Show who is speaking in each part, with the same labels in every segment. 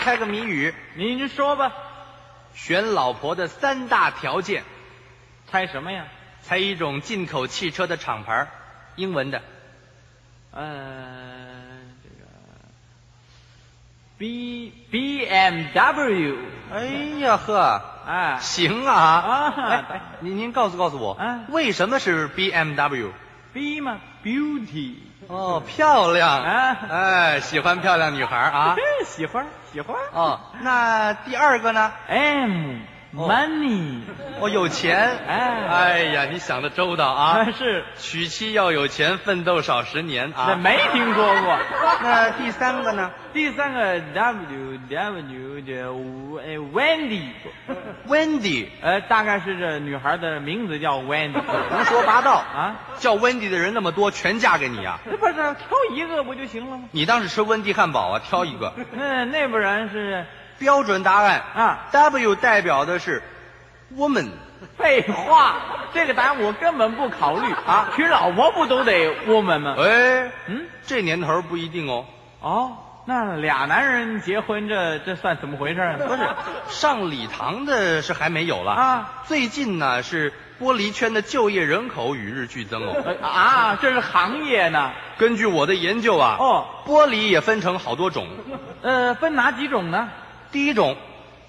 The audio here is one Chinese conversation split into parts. Speaker 1: 开个谜语，
Speaker 2: 您您说吧，
Speaker 1: 选老婆的三大条件，
Speaker 2: 猜什么呀？
Speaker 1: 猜一种进口汽车的厂牌儿，英文的。
Speaker 2: 呃，这个 B B M W，
Speaker 1: 哎呀呵，
Speaker 2: 哎，
Speaker 1: 行啊，
Speaker 2: 啊
Speaker 1: 哎，您您告诉告诉我，
Speaker 2: 啊
Speaker 1: 为什么是 BMW？
Speaker 2: B 嘛，Beauty
Speaker 1: 哦，漂亮
Speaker 2: 啊
Speaker 1: 哎，喜欢漂亮女孩儿 啊。
Speaker 2: 喜欢喜欢
Speaker 1: 哦，那第二个呢？
Speaker 2: M
Speaker 1: 哦
Speaker 2: Money，
Speaker 1: 哦，有钱。
Speaker 2: 哎
Speaker 1: 哎呀，你想的周到啊！
Speaker 2: 是，
Speaker 1: 娶妻要有钱，奋斗少十年
Speaker 2: 那
Speaker 1: 啊。
Speaker 2: 没听说过。
Speaker 1: 那第三个呢
Speaker 2: 第三个 W W 的 Wendy，
Speaker 1: ？Wendy，
Speaker 2: 呃，大概是这女孩的名字叫 Wendy
Speaker 1: 胡说八道！
Speaker 2: 啊，
Speaker 1: 叫 Wendy 的人那么多，全嫁给你啊！
Speaker 2: 这不是挑一个不就行了吗？
Speaker 1: 你当时吃温蒂汉堡啊？挑一个。
Speaker 2: 那那不然是
Speaker 1: 标准答案
Speaker 2: 啊
Speaker 1: W 代表的是 woman。
Speaker 2: 废话，这个答案我根本不考虑啊，娶老婆不都得 woman 吗？
Speaker 1: 哎，
Speaker 2: 嗯，
Speaker 1: 这年头不一定哦。
Speaker 2: 哦，那俩男人结婚这这算怎么回事啊？
Speaker 1: 不是，上礼堂的是还没有了
Speaker 2: 啊。
Speaker 1: 最近呢是玻璃圈的就业人口与日俱增哦。
Speaker 2: 呃啊，这是行业呢。
Speaker 1: 根据我的研究啊，
Speaker 2: 哦，
Speaker 1: 玻璃也分成好多种。
Speaker 2: 呃，分哪几种呢？
Speaker 1: 第一种，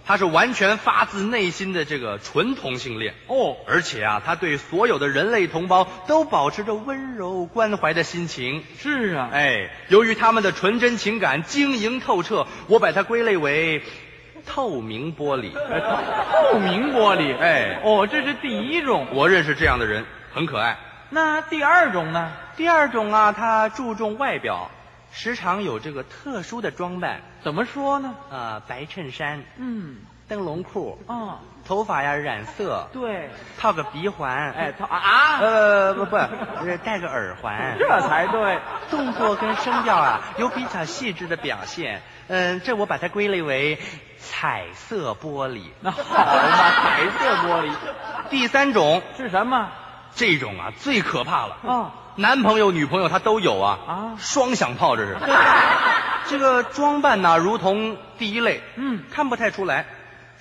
Speaker 1: 它是完全发自内心的这个纯同性恋，
Speaker 2: 哦，
Speaker 1: 而且啊，他对所有的人类同胞都保持着温柔关怀的心情。
Speaker 2: 是啊，
Speaker 1: 哎，由于他们的纯真情感晶莹透彻，我把它归类为透明玻璃。
Speaker 2: 呃透透明玻璃。
Speaker 1: 哎
Speaker 2: 哦，这是第一种。
Speaker 1: 我认识这样的人，很可爱。
Speaker 2: 那第二种呢？
Speaker 1: 第二种啊，他注重外表，时常有这个特殊的装扮，
Speaker 2: 怎么说呢？
Speaker 1: 啊，白衬衫、
Speaker 2: 嗯，
Speaker 1: 灯笼裤，
Speaker 2: 哦，
Speaker 1: 头发呀染色，
Speaker 2: 对，
Speaker 1: 套个鼻环，
Speaker 2: 哎，，他啊，
Speaker 1: 呃，不不，呃戴个耳环，
Speaker 2: 这才对。
Speaker 1: 动作跟声调啊有比较细致的表现。嗯，这我把它归类为彩色玻璃。
Speaker 2: 那好嘛，彩色玻璃
Speaker 1: 第三种，
Speaker 2: 是什么？
Speaker 1: 这种啊最可怕了。
Speaker 2: 哦，
Speaker 1: 男朋友、女朋友他都有啊
Speaker 2: 啊，
Speaker 1: 双响炮 这是。这个装扮呢，如同第一类，
Speaker 2: 嗯，
Speaker 1: 看不太出来。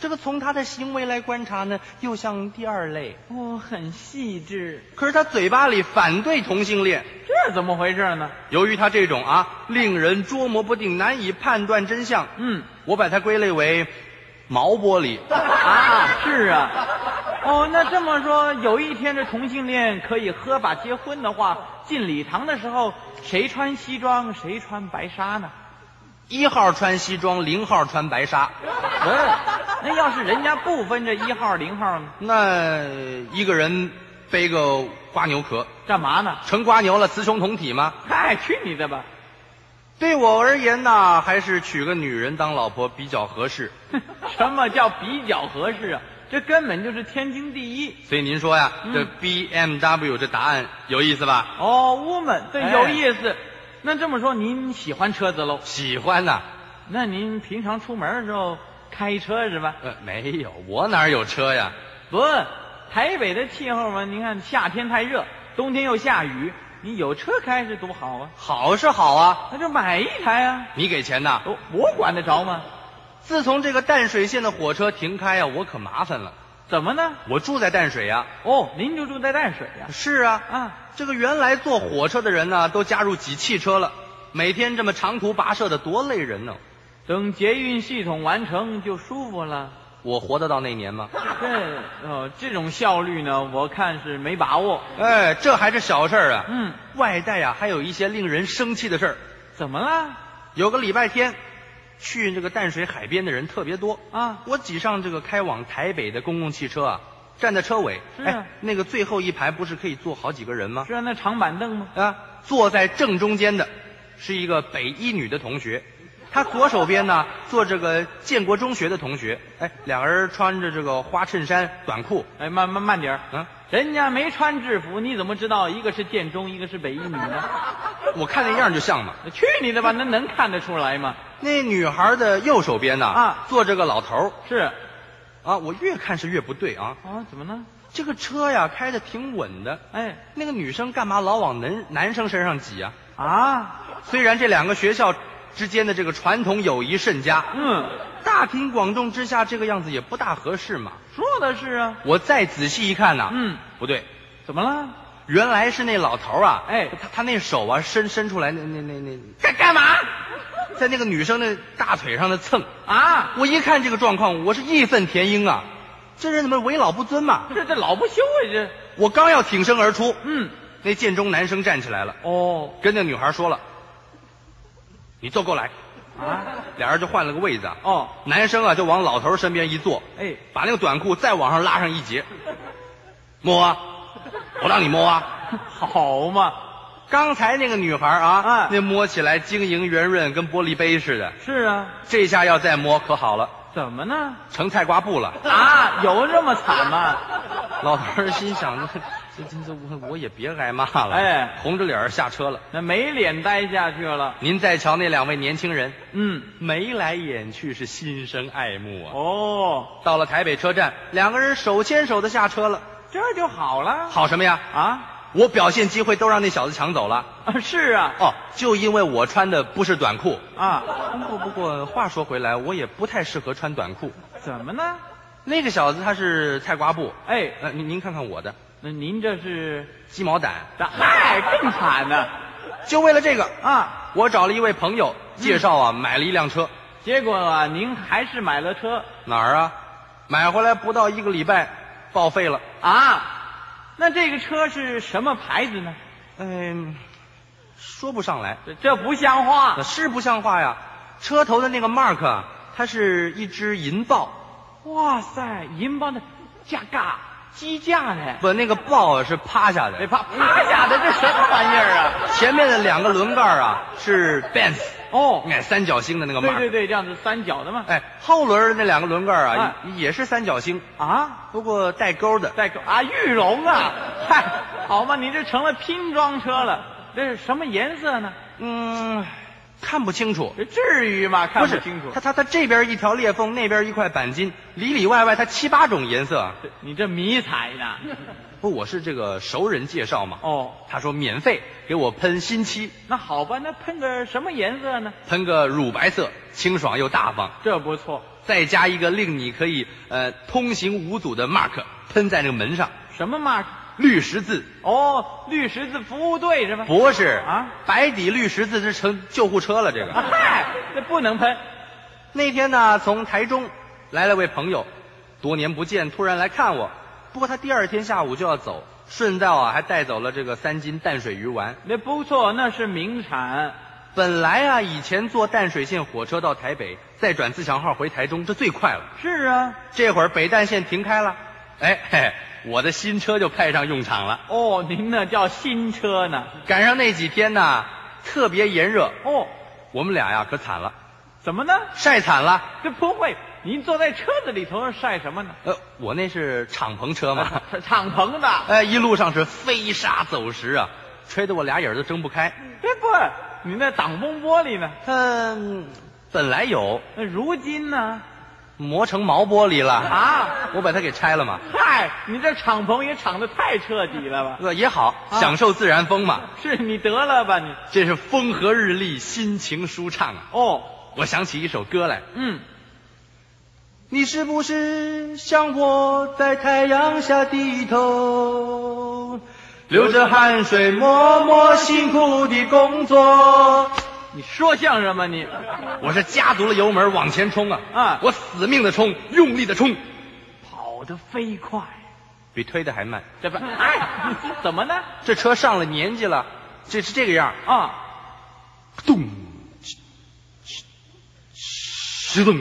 Speaker 1: 这个从他的行为来观察呢，又像第二类。
Speaker 2: 哦，很细致，
Speaker 1: 可是他嘴巴里反对同性恋，
Speaker 2: 这怎么回事呢？
Speaker 1: 由于他这种啊令人捉摸不定、难以判断真相，
Speaker 2: 嗯，
Speaker 1: 我把它归类为毛玻璃。
Speaker 2: 啊，是啊。哦，那这么说，有一天这同性恋可以合法结婚的话，进礼堂的时候，谁穿西装，谁穿白纱呢？
Speaker 1: 一号穿西装，零号穿白纱，
Speaker 2: 那要是人家不分这一号零号呢？
Speaker 1: 那一个人背个瓜牛壳，
Speaker 2: 干嘛呢？
Speaker 1: 成瓜牛了，雌雄同体吗？
Speaker 2: 嗨，去你的吧！
Speaker 1: 对我而言呐，还是娶个女人当老婆比较合适。
Speaker 2: 什么叫比较合适啊？这根本就是天经地义。
Speaker 1: 所以您说呀，
Speaker 2: 嗯
Speaker 1: 这 B M W 这答案有意思吧？
Speaker 2: 哦，woman，对，
Speaker 1: 哎
Speaker 2: 有意思。那这么说，您喜欢车子喽？
Speaker 1: 喜欢呐、
Speaker 2: 那您平常出门的时候开车是吧？
Speaker 1: 呃，没有，我哪有车呀？
Speaker 2: 不，台北的气候嘛，您看夏天太热，冬天又下雨，你有车开是多好啊！
Speaker 1: 好是好啊，
Speaker 2: 那就买一台啊，
Speaker 1: 你给钱呐？
Speaker 2: 我我管得着吗？
Speaker 1: 自从这个淡水县的火车停开呀、我可麻烦了。
Speaker 2: 怎么呢？
Speaker 1: 我住在淡水呀、
Speaker 2: 哦，您就住在淡水呀、
Speaker 1: 是啊，
Speaker 2: 啊，
Speaker 1: 这个原来坐火车的人呢，都加入挤汽车了，每天这么长途跋涉的，多累人呢。
Speaker 2: 等捷运系统完成就舒服了。
Speaker 1: 我活得到那年吗？
Speaker 2: 这哦，这种效率呢，我看是没把握。
Speaker 1: 哎，这还是小事儿啊。
Speaker 2: 嗯，
Speaker 1: 外带呀、还有一些令人生气的事儿。
Speaker 2: 怎么了？
Speaker 1: 有个礼拜天，去这个淡水海边的人特别多
Speaker 2: 啊
Speaker 1: 我挤上这个开往台北的公共汽车啊，站在车尾，
Speaker 2: 是啊
Speaker 1: 哎，那个最后一排不是可以坐好几个人吗？
Speaker 2: 是按那长板凳吗？
Speaker 1: 啊，坐在正中间的是一个北一女的同学，她左手边呢坐这个建国中学的同学，哎，两人穿着这个花衬衫短裤，
Speaker 2: 哎，慢慢慢点儿，
Speaker 1: 啊，
Speaker 2: 人家没穿制服，你怎么知道一个是建中，一个是北一女呢？
Speaker 1: 我看那样就像嘛。
Speaker 2: 去你的吧，那能看得出来吗？
Speaker 1: 那女孩的右手边呢
Speaker 2: 啊
Speaker 1: 坐着个老头
Speaker 2: 是
Speaker 1: 儿啊，我越看是越不对啊，
Speaker 2: 啊，怎么呢？
Speaker 1: 这个车呀开的挺稳的，
Speaker 2: 哎
Speaker 1: 那个女生干嘛老往男男生身上挤啊？
Speaker 2: 啊，
Speaker 1: 虽然这两个学校之间的这个传统友谊甚佳。
Speaker 2: 嗯，
Speaker 1: 大庭广众之下这个样子也不大合适嘛。
Speaker 2: 说的是啊。
Speaker 1: 我再仔细一看呐、
Speaker 2: 嗯，
Speaker 1: 不对，
Speaker 2: 怎么了？
Speaker 1: 原来是那老头啊，
Speaker 2: 哎
Speaker 1: 他他那手啊伸伸出来，那那那那干干嘛？在那个女生的大腿上的蹭。
Speaker 2: 啊，
Speaker 1: 我一看这个状况，我是义愤填膺啊！这人怎么为老不尊嘛？
Speaker 2: 这这老不休啊，这。
Speaker 1: 我刚要挺身而出，
Speaker 2: 嗯，
Speaker 1: 那剑中男生站起来了，
Speaker 2: 哦，
Speaker 1: 跟那女孩说了：“你坐过来。
Speaker 2: 啊，”
Speaker 1: 俩人就换了个位子啊。
Speaker 2: 哦，
Speaker 1: 男生啊就往老头身边一坐，
Speaker 2: 哎，
Speaker 1: 把那个短裤再往上拉上一截，摸啊！我让你摸啊！
Speaker 2: 好嘛，
Speaker 1: 刚才那个女孩啊，
Speaker 2: 啊
Speaker 1: 那摸起来晶莹圆润，跟玻璃杯似的。
Speaker 2: 是啊，
Speaker 1: 这下要再摸可好了，
Speaker 2: 怎么呢？
Speaker 1: 成菜瓜布了。
Speaker 2: 啊，有这么惨吗？
Speaker 1: 老头儿心想：这 这这这我我也别挨骂了。
Speaker 2: 哎
Speaker 1: 红着脸儿下车了。
Speaker 2: 那没脸待下去了。
Speaker 1: 您再瞧那两位年轻人，
Speaker 2: 嗯，
Speaker 1: 眉来眼去，是心生爱慕啊。
Speaker 2: 哦，
Speaker 1: 到了台北车站，两个人手牵手的下车了。
Speaker 2: 这就好了。
Speaker 1: 好什么呀？
Speaker 2: 啊
Speaker 1: 我表现机会都让那小子抢走了。
Speaker 2: 啊，是啊，
Speaker 1: 哦，就因为我穿的不是短裤。
Speaker 2: 啊，
Speaker 1: 不过不过，话说回来，我也不太适合穿短裤。
Speaker 2: 怎么呢？
Speaker 1: 那个小子他是菜瓜布，
Speaker 2: 哎，
Speaker 1: 呃，您您看看我的
Speaker 2: 那您这是
Speaker 1: 鸡毛掸。
Speaker 2: 这嗨更惨呢
Speaker 1: 就为了这个，
Speaker 2: 啊！
Speaker 1: 我找了一位朋友介绍啊，买了一辆车。
Speaker 2: 结果啊，您还是买了车
Speaker 1: 哪儿啊？买回来不到一个礼拜，报废了。
Speaker 2: 啊？那这个车是什么牌子呢？
Speaker 1: 嗯，说不上来，
Speaker 2: 这这不像话
Speaker 1: 那是不像话呀。车头的那个 mark，啊它是一只银豹，
Speaker 2: 哇塞，银帮的架嘎鸡架呢？
Speaker 1: 不，那个豹啊是趴下
Speaker 2: 这
Speaker 1: 的。
Speaker 2: 趴哎趴下的这什么玩意儿啊？
Speaker 1: 前面的两个轮盖啊是 Benz，
Speaker 2: 哦，
Speaker 1: 哎，三角形的那个
Speaker 2: 对
Speaker 1: mark。
Speaker 2: 对对，这样子三角的嘛。
Speaker 1: 哎，后轮儿那两个轮盖啊
Speaker 2: 哎
Speaker 1: 也是三角形，
Speaker 2: 啊，
Speaker 1: 不过带钩的。
Speaker 2: 带口啊，玉龙啊，嗨，好嘛，你这成了拼装车了。这是什么颜色呢？
Speaker 1: 嗯，看不清楚。
Speaker 2: 这至于吗？看
Speaker 1: 不是
Speaker 2: 清楚
Speaker 1: 它。它它这边一条裂缝，那边一块钣金，里里外外它七八种颜色。
Speaker 2: 这你这迷彩呢？
Speaker 1: 不，我是这个熟人介绍嘛。
Speaker 2: 哦，
Speaker 1: 他说免费给我喷新漆，
Speaker 2: 那好吧，那喷个什么颜色呢？
Speaker 1: 喷个乳白色，清爽又大方，
Speaker 2: 这不错，
Speaker 1: 再加一个令你可以呃通行无阻的 mark，喷在那个门上，
Speaker 2: 什么 mark？
Speaker 1: 绿十字
Speaker 2: 哦，绿十字服务队是吧？
Speaker 1: 不是
Speaker 2: 啊，
Speaker 1: 白底绿十字是成救护车了。这
Speaker 2: 啊
Speaker 1: 个
Speaker 2: 嗨，这不能喷。
Speaker 1: 那天呢，从台中来了位朋友，多年不见，突然来看我，不过他第二天下午就要走，顺道啊还带走了这个三斤淡水鱼丸。
Speaker 2: 那不错，那是名产。
Speaker 1: 本来啊，以前坐淡水线火车到台北，再转自强号回台中，这最快了。
Speaker 2: 是啊，
Speaker 1: 这会儿北淡线停开了，哎嘿，我的新车就派上用场了。
Speaker 2: 哦，您那叫新车呢。
Speaker 1: 赶上那几天呢，特别炎热，
Speaker 2: 哦，
Speaker 1: 我们俩呀可惨了，
Speaker 2: 怎么呢？
Speaker 1: 晒惨了。
Speaker 2: 这不会，您坐在车子里头晒什么呢？
Speaker 1: 呃，我那是敞篷车嘛，
Speaker 2: 敞 敞篷的，
Speaker 1: 哎，一路上是飞沙走石啊，吹得我俩眼儿都睁不开。
Speaker 2: 这不，你那挡风玻璃呢？
Speaker 1: 它嗯本来有
Speaker 2: 那如今呢？
Speaker 1: 磨成毛玻璃了，
Speaker 2: 啊，
Speaker 1: 我把它给拆了嘛。
Speaker 2: 嗨，你这敞篷也敞得太彻底了吧？
Speaker 1: 呃，也好，
Speaker 2: 啊
Speaker 1: 享受自然风嘛。
Speaker 2: 是你得了吧你？
Speaker 1: 这是风和日丽，心情舒畅啊！
Speaker 2: 哦，
Speaker 1: 我想起一首歌来，
Speaker 2: 嗯，
Speaker 1: 你是不是像我在太阳下低头，流着汗水，默默辛苦的工作？
Speaker 2: 你说相声吧你？
Speaker 1: 我是加足了油门往前冲啊！
Speaker 2: 啊
Speaker 1: 我死命的冲，用力的冲，
Speaker 2: 跑得飞快，
Speaker 1: 比推的还慢。
Speaker 2: 这不，哎，你怎么呢？
Speaker 1: 这车上了年纪了，这是这个样儿，
Speaker 2: 啊，
Speaker 1: 咚，十咚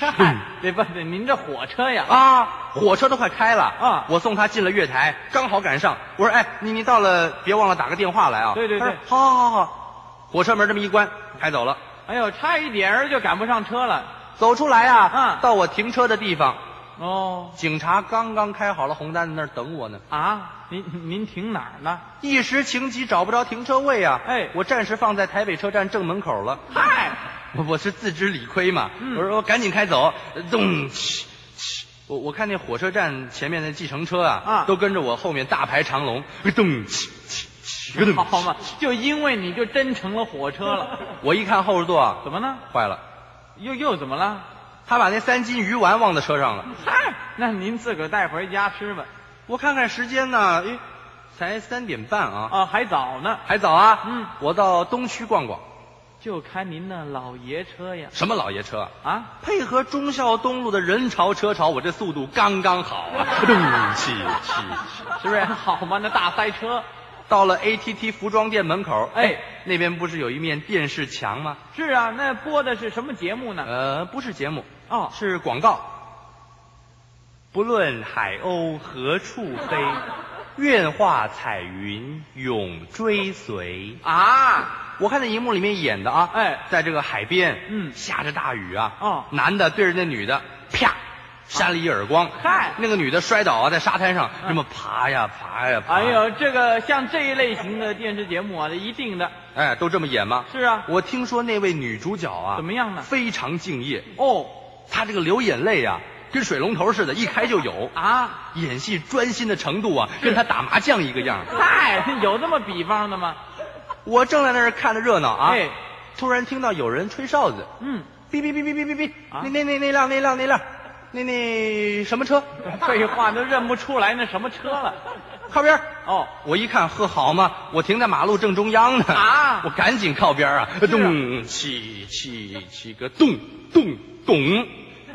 Speaker 2: 嗨，这不，这您这火车呀？
Speaker 1: 啊！火车都快开了
Speaker 2: 啊
Speaker 1: 我送他进了月台，刚好赶上。我说：“哎，你你到了，别忘了打个电话来啊。”
Speaker 2: 对对对
Speaker 1: 他说好好好好。火车门这么一关，开走了。
Speaker 2: 哎呦，差一点儿就赶不上车了。
Speaker 1: 走出来啊，
Speaker 2: 嗯
Speaker 1: 到我停车的地方，
Speaker 2: 哦，
Speaker 1: 警察刚刚开好了红灯，在那儿等我呢。
Speaker 2: 啊，您您停哪儿呢？
Speaker 1: 一时情急找不着停车位啊，
Speaker 2: 哎
Speaker 1: 我暂时放在台北车站正门口了。
Speaker 2: 嗨，
Speaker 1: 我我是自知理亏嘛，
Speaker 2: 嗯
Speaker 1: 我说我赶紧开走，咚，嘘嘘我我看那火车站前面的计程车啊，
Speaker 2: 啊
Speaker 1: 都跟着我后面大排长龙，咚，嘘嘘嘘许个
Speaker 2: 好嘛，就因为你就真成了火车了，
Speaker 1: 我一看后视座啊，
Speaker 2: 怎么呢？
Speaker 1: 坏了，
Speaker 2: 又又怎么了？
Speaker 1: 他把那三斤鱼丸忘在车上了。
Speaker 2: 嗨，那您自个儿带回家吃吧。
Speaker 1: 我看看时间呢，诶，才三点半啊，
Speaker 2: 啊，还早呢，
Speaker 1: 还早啊。
Speaker 2: 嗯，
Speaker 1: 我到东区逛逛。
Speaker 2: 就开您那老爷车呀。
Speaker 1: 什么老爷车啊？
Speaker 2: 啊，
Speaker 1: 配合忠孝东路的人潮车潮，我这速度刚刚好啊！ 咚，气气气！
Speaker 2: 是不 是好嘛？那大塞车，
Speaker 1: 到了 ATT 服装店门口，
Speaker 2: 哎，
Speaker 1: 那边不是有一面电视墙吗？
Speaker 2: 是啊，那播的是什么节目呢？
Speaker 1: 呃，不是节目，
Speaker 2: 啊哦，
Speaker 1: 是广告。不论海鸥何处 飞，愿化彩云永追随。
Speaker 2: 啊，
Speaker 1: 我看那荧幕里面演的啊，
Speaker 2: 哎
Speaker 1: 在这个海边，
Speaker 2: 嗯
Speaker 1: 下着大雨啊，
Speaker 2: 哦啊
Speaker 1: 男的对着那女的，啪，扇了一耳光，
Speaker 2: 嗨
Speaker 1: 那个女的摔倒啊，在沙滩上这么爬呀爬呀爬，
Speaker 2: 哎，呦，这个像这一类型的电视节目啊，一定的
Speaker 1: 哎，都这么演吗？
Speaker 2: 是啊。
Speaker 1: 我听说那位女主角啊，
Speaker 2: 怎么样呢
Speaker 1: 非常敬业，
Speaker 2: 哦，
Speaker 1: 她这个流眼泪啊，跟水龙头似的，一开就有，
Speaker 2: 啊，
Speaker 1: 演戏专心的程度啊，跟她打麻将一个样。
Speaker 2: 嗨，有这么比方的吗？
Speaker 1: 我正在那儿看着热闹啊，
Speaker 2: 哎，
Speaker 1: 突然听到有人吹哨子，
Speaker 2: 嗯，
Speaker 1: 哔哔哔哔哔哔哔，
Speaker 2: 啊
Speaker 1: 那那那那辆那辆那辆，那那什么车？
Speaker 2: 废话都认不出来那什么车了。
Speaker 1: 靠边儿！
Speaker 2: 哦，
Speaker 1: 我一看，呵，好嘛，我停在马路正中央呢。
Speaker 2: 啊
Speaker 1: 我赶紧靠边儿啊！咚，起起起个咚咚咚，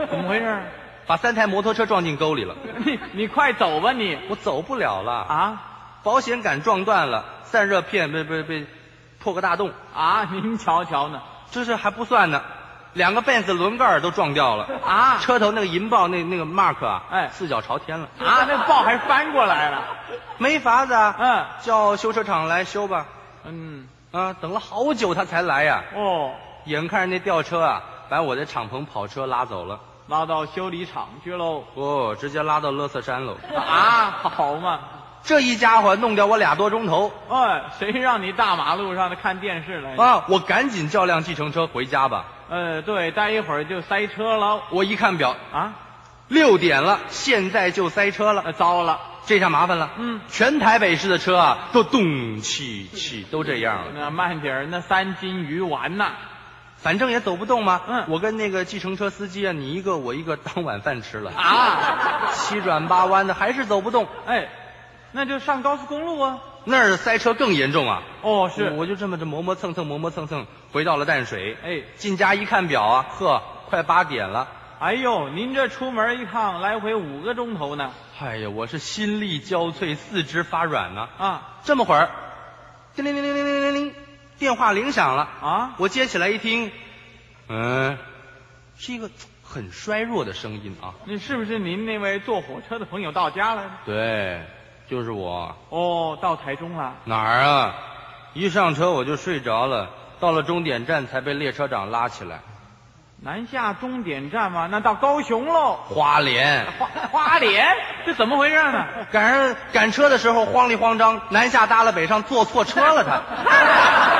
Speaker 2: 怎么回事儿？
Speaker 1: 把三台摩托车撞进沟里了。
Speaker 2: 你你快走吧你
Speaker 1: 我走不了了，
Speaker 2: 啊
Speaker 1: 保险杆撞断了，散热片被被被破个大洞，
Speaker 2: 啊！您瞧瞧呢
Speaker 1: 这是还不算呢，两个被子轮盖儿都撞掉了。
Speaker 2: 啊
Speaker 1: 车头那个银豹那那个 mark 啊，
Speaker 2: 哎
Speaker 1: 四脚朝天了，
Speaker 2: 啊！那豹还翻过来了。
Speaker 1: 没法子啊。
Speaker 2: 嗯
Speaker 1: 叫修车厂来修吧。
Speaker 2: 嗯
Speaker 1: 啊，等了好久他才来呀、
Speaker 2: 哦，
Speaker 1: 眼看着那吊车啊，把我的敞篷跑车拉走了，
Speaker 2: 拉到修理厂去喽。
Speaker 1: 哦，直接拉到乐色山喽。
Speaker 2: 啊，好嘛！
Speaker 1: 这一家伙弄掉我俩多钟头
Speaker 2: 哎，谁让你大马路上的看电视来？
Speaker 1: 啊！我赶紧叫辆计程车回家吧。
Speaker 2: 呃，对，待一会儿就塞车了
Speaker 1: 我一看表，
Speaker 2: 啊！
Speaker 1: 六点了，现在就塞车了，
Speaker 2: 呃，糟了，
Speaker 1: 这下麻烦了。
Speaker 2: 嗯
Speaker 1: 全台北市的车啊，都动气气，都这样了，
Speaker 2: 那慢点儿，那三斤鱼丸呐，
Speaker 1: 反正也走不动嘛。
Speaker 2: 嗯
Speaker 1: 我跟那个计程车司机啊，你一个我一个，当晚饭吃了。
Speaker 2: 啊，
Speaker 1: 七转八弯的，还是走不动。
Speaker 2: 哎，那就上高速公路啊。
Speaker 1: 那儿塞车更严重啊！
Speaker 2: 哦，是，
Speaker 1: 我就这么着磨磨蹭蹭磨磨蹭蹭，回到了淡水。
Speaker 2: 哎
Speaker 1: 进家一看表啊，呵，快八点了。
Speaker 2: 哎呦，您这出门一趟来回五个钟头呢
Speaker 1: 哎呀，我是心力交瘁，四肢发软呢、
Speaker 2: 啊
Speaker 1: 这么会儿，叮铃铃铃铃铃铃铃，电话铃响了。
Speaker 2: 啊！
Speaker 1: 我接起来一听，嗯，是一个很衰弱的声音啊。
Speaker 2: 那是不是您那位坐火车的朋友到家了？
Speaker 1: 对，就是我。
Speaker 2: 哦，到台中了。
Speaker 1: 哪儿啊？一上车我就睡着了，到了终点站才被列车长拉起来。
Speaker 2: 南下终点站嘛，那到高雄喽。
Speaker 1: 花莲。
Speaker 2: 花花莲，这怎么回事呢？
Speaker 1: 赶上赶车的时候慌里慌张，南下耷拉北上，坐错车了他。